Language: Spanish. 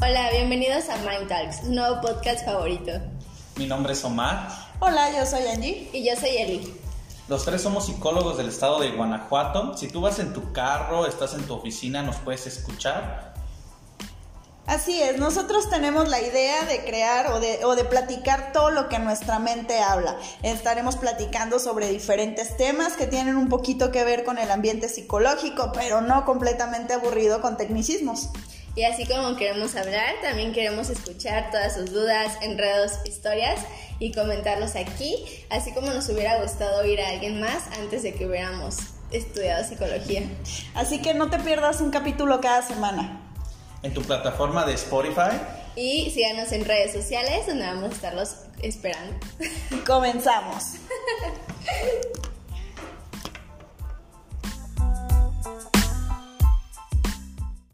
Hola, bienvenidos a Mind Talks, su nuevo podcast favorito. Mi nombre es Omar. Hola, yo soy Angie. Y yo soy Eli. Los tres somos psicólogos del estado de Guanajuato. Si tú vas en tu carro, estás en tu oficina, nos puedes escuchar. Así es, nosotros tenemos la idea de crear o de, o de platicar todo lo que nuestra mente habla. Estaremos platicando sobre diferentes temas que tienen un poquito que ver con el ambiente psicológico, pero no completamente aburrido con tecnicismos. Y así como queremos hablar, también queremos escuchar todas sus dudas, enredos, historias y comentarlos aquí, así como nos hubiera gustado oír a alguien más antes de que hubiéramos estudiado psicología. Así que no te pierdas un capítulo cada semana. En tu plataforma de Spotify. Y síganos en redes sociales donde vamos a estarlos esperando. Comenzamos.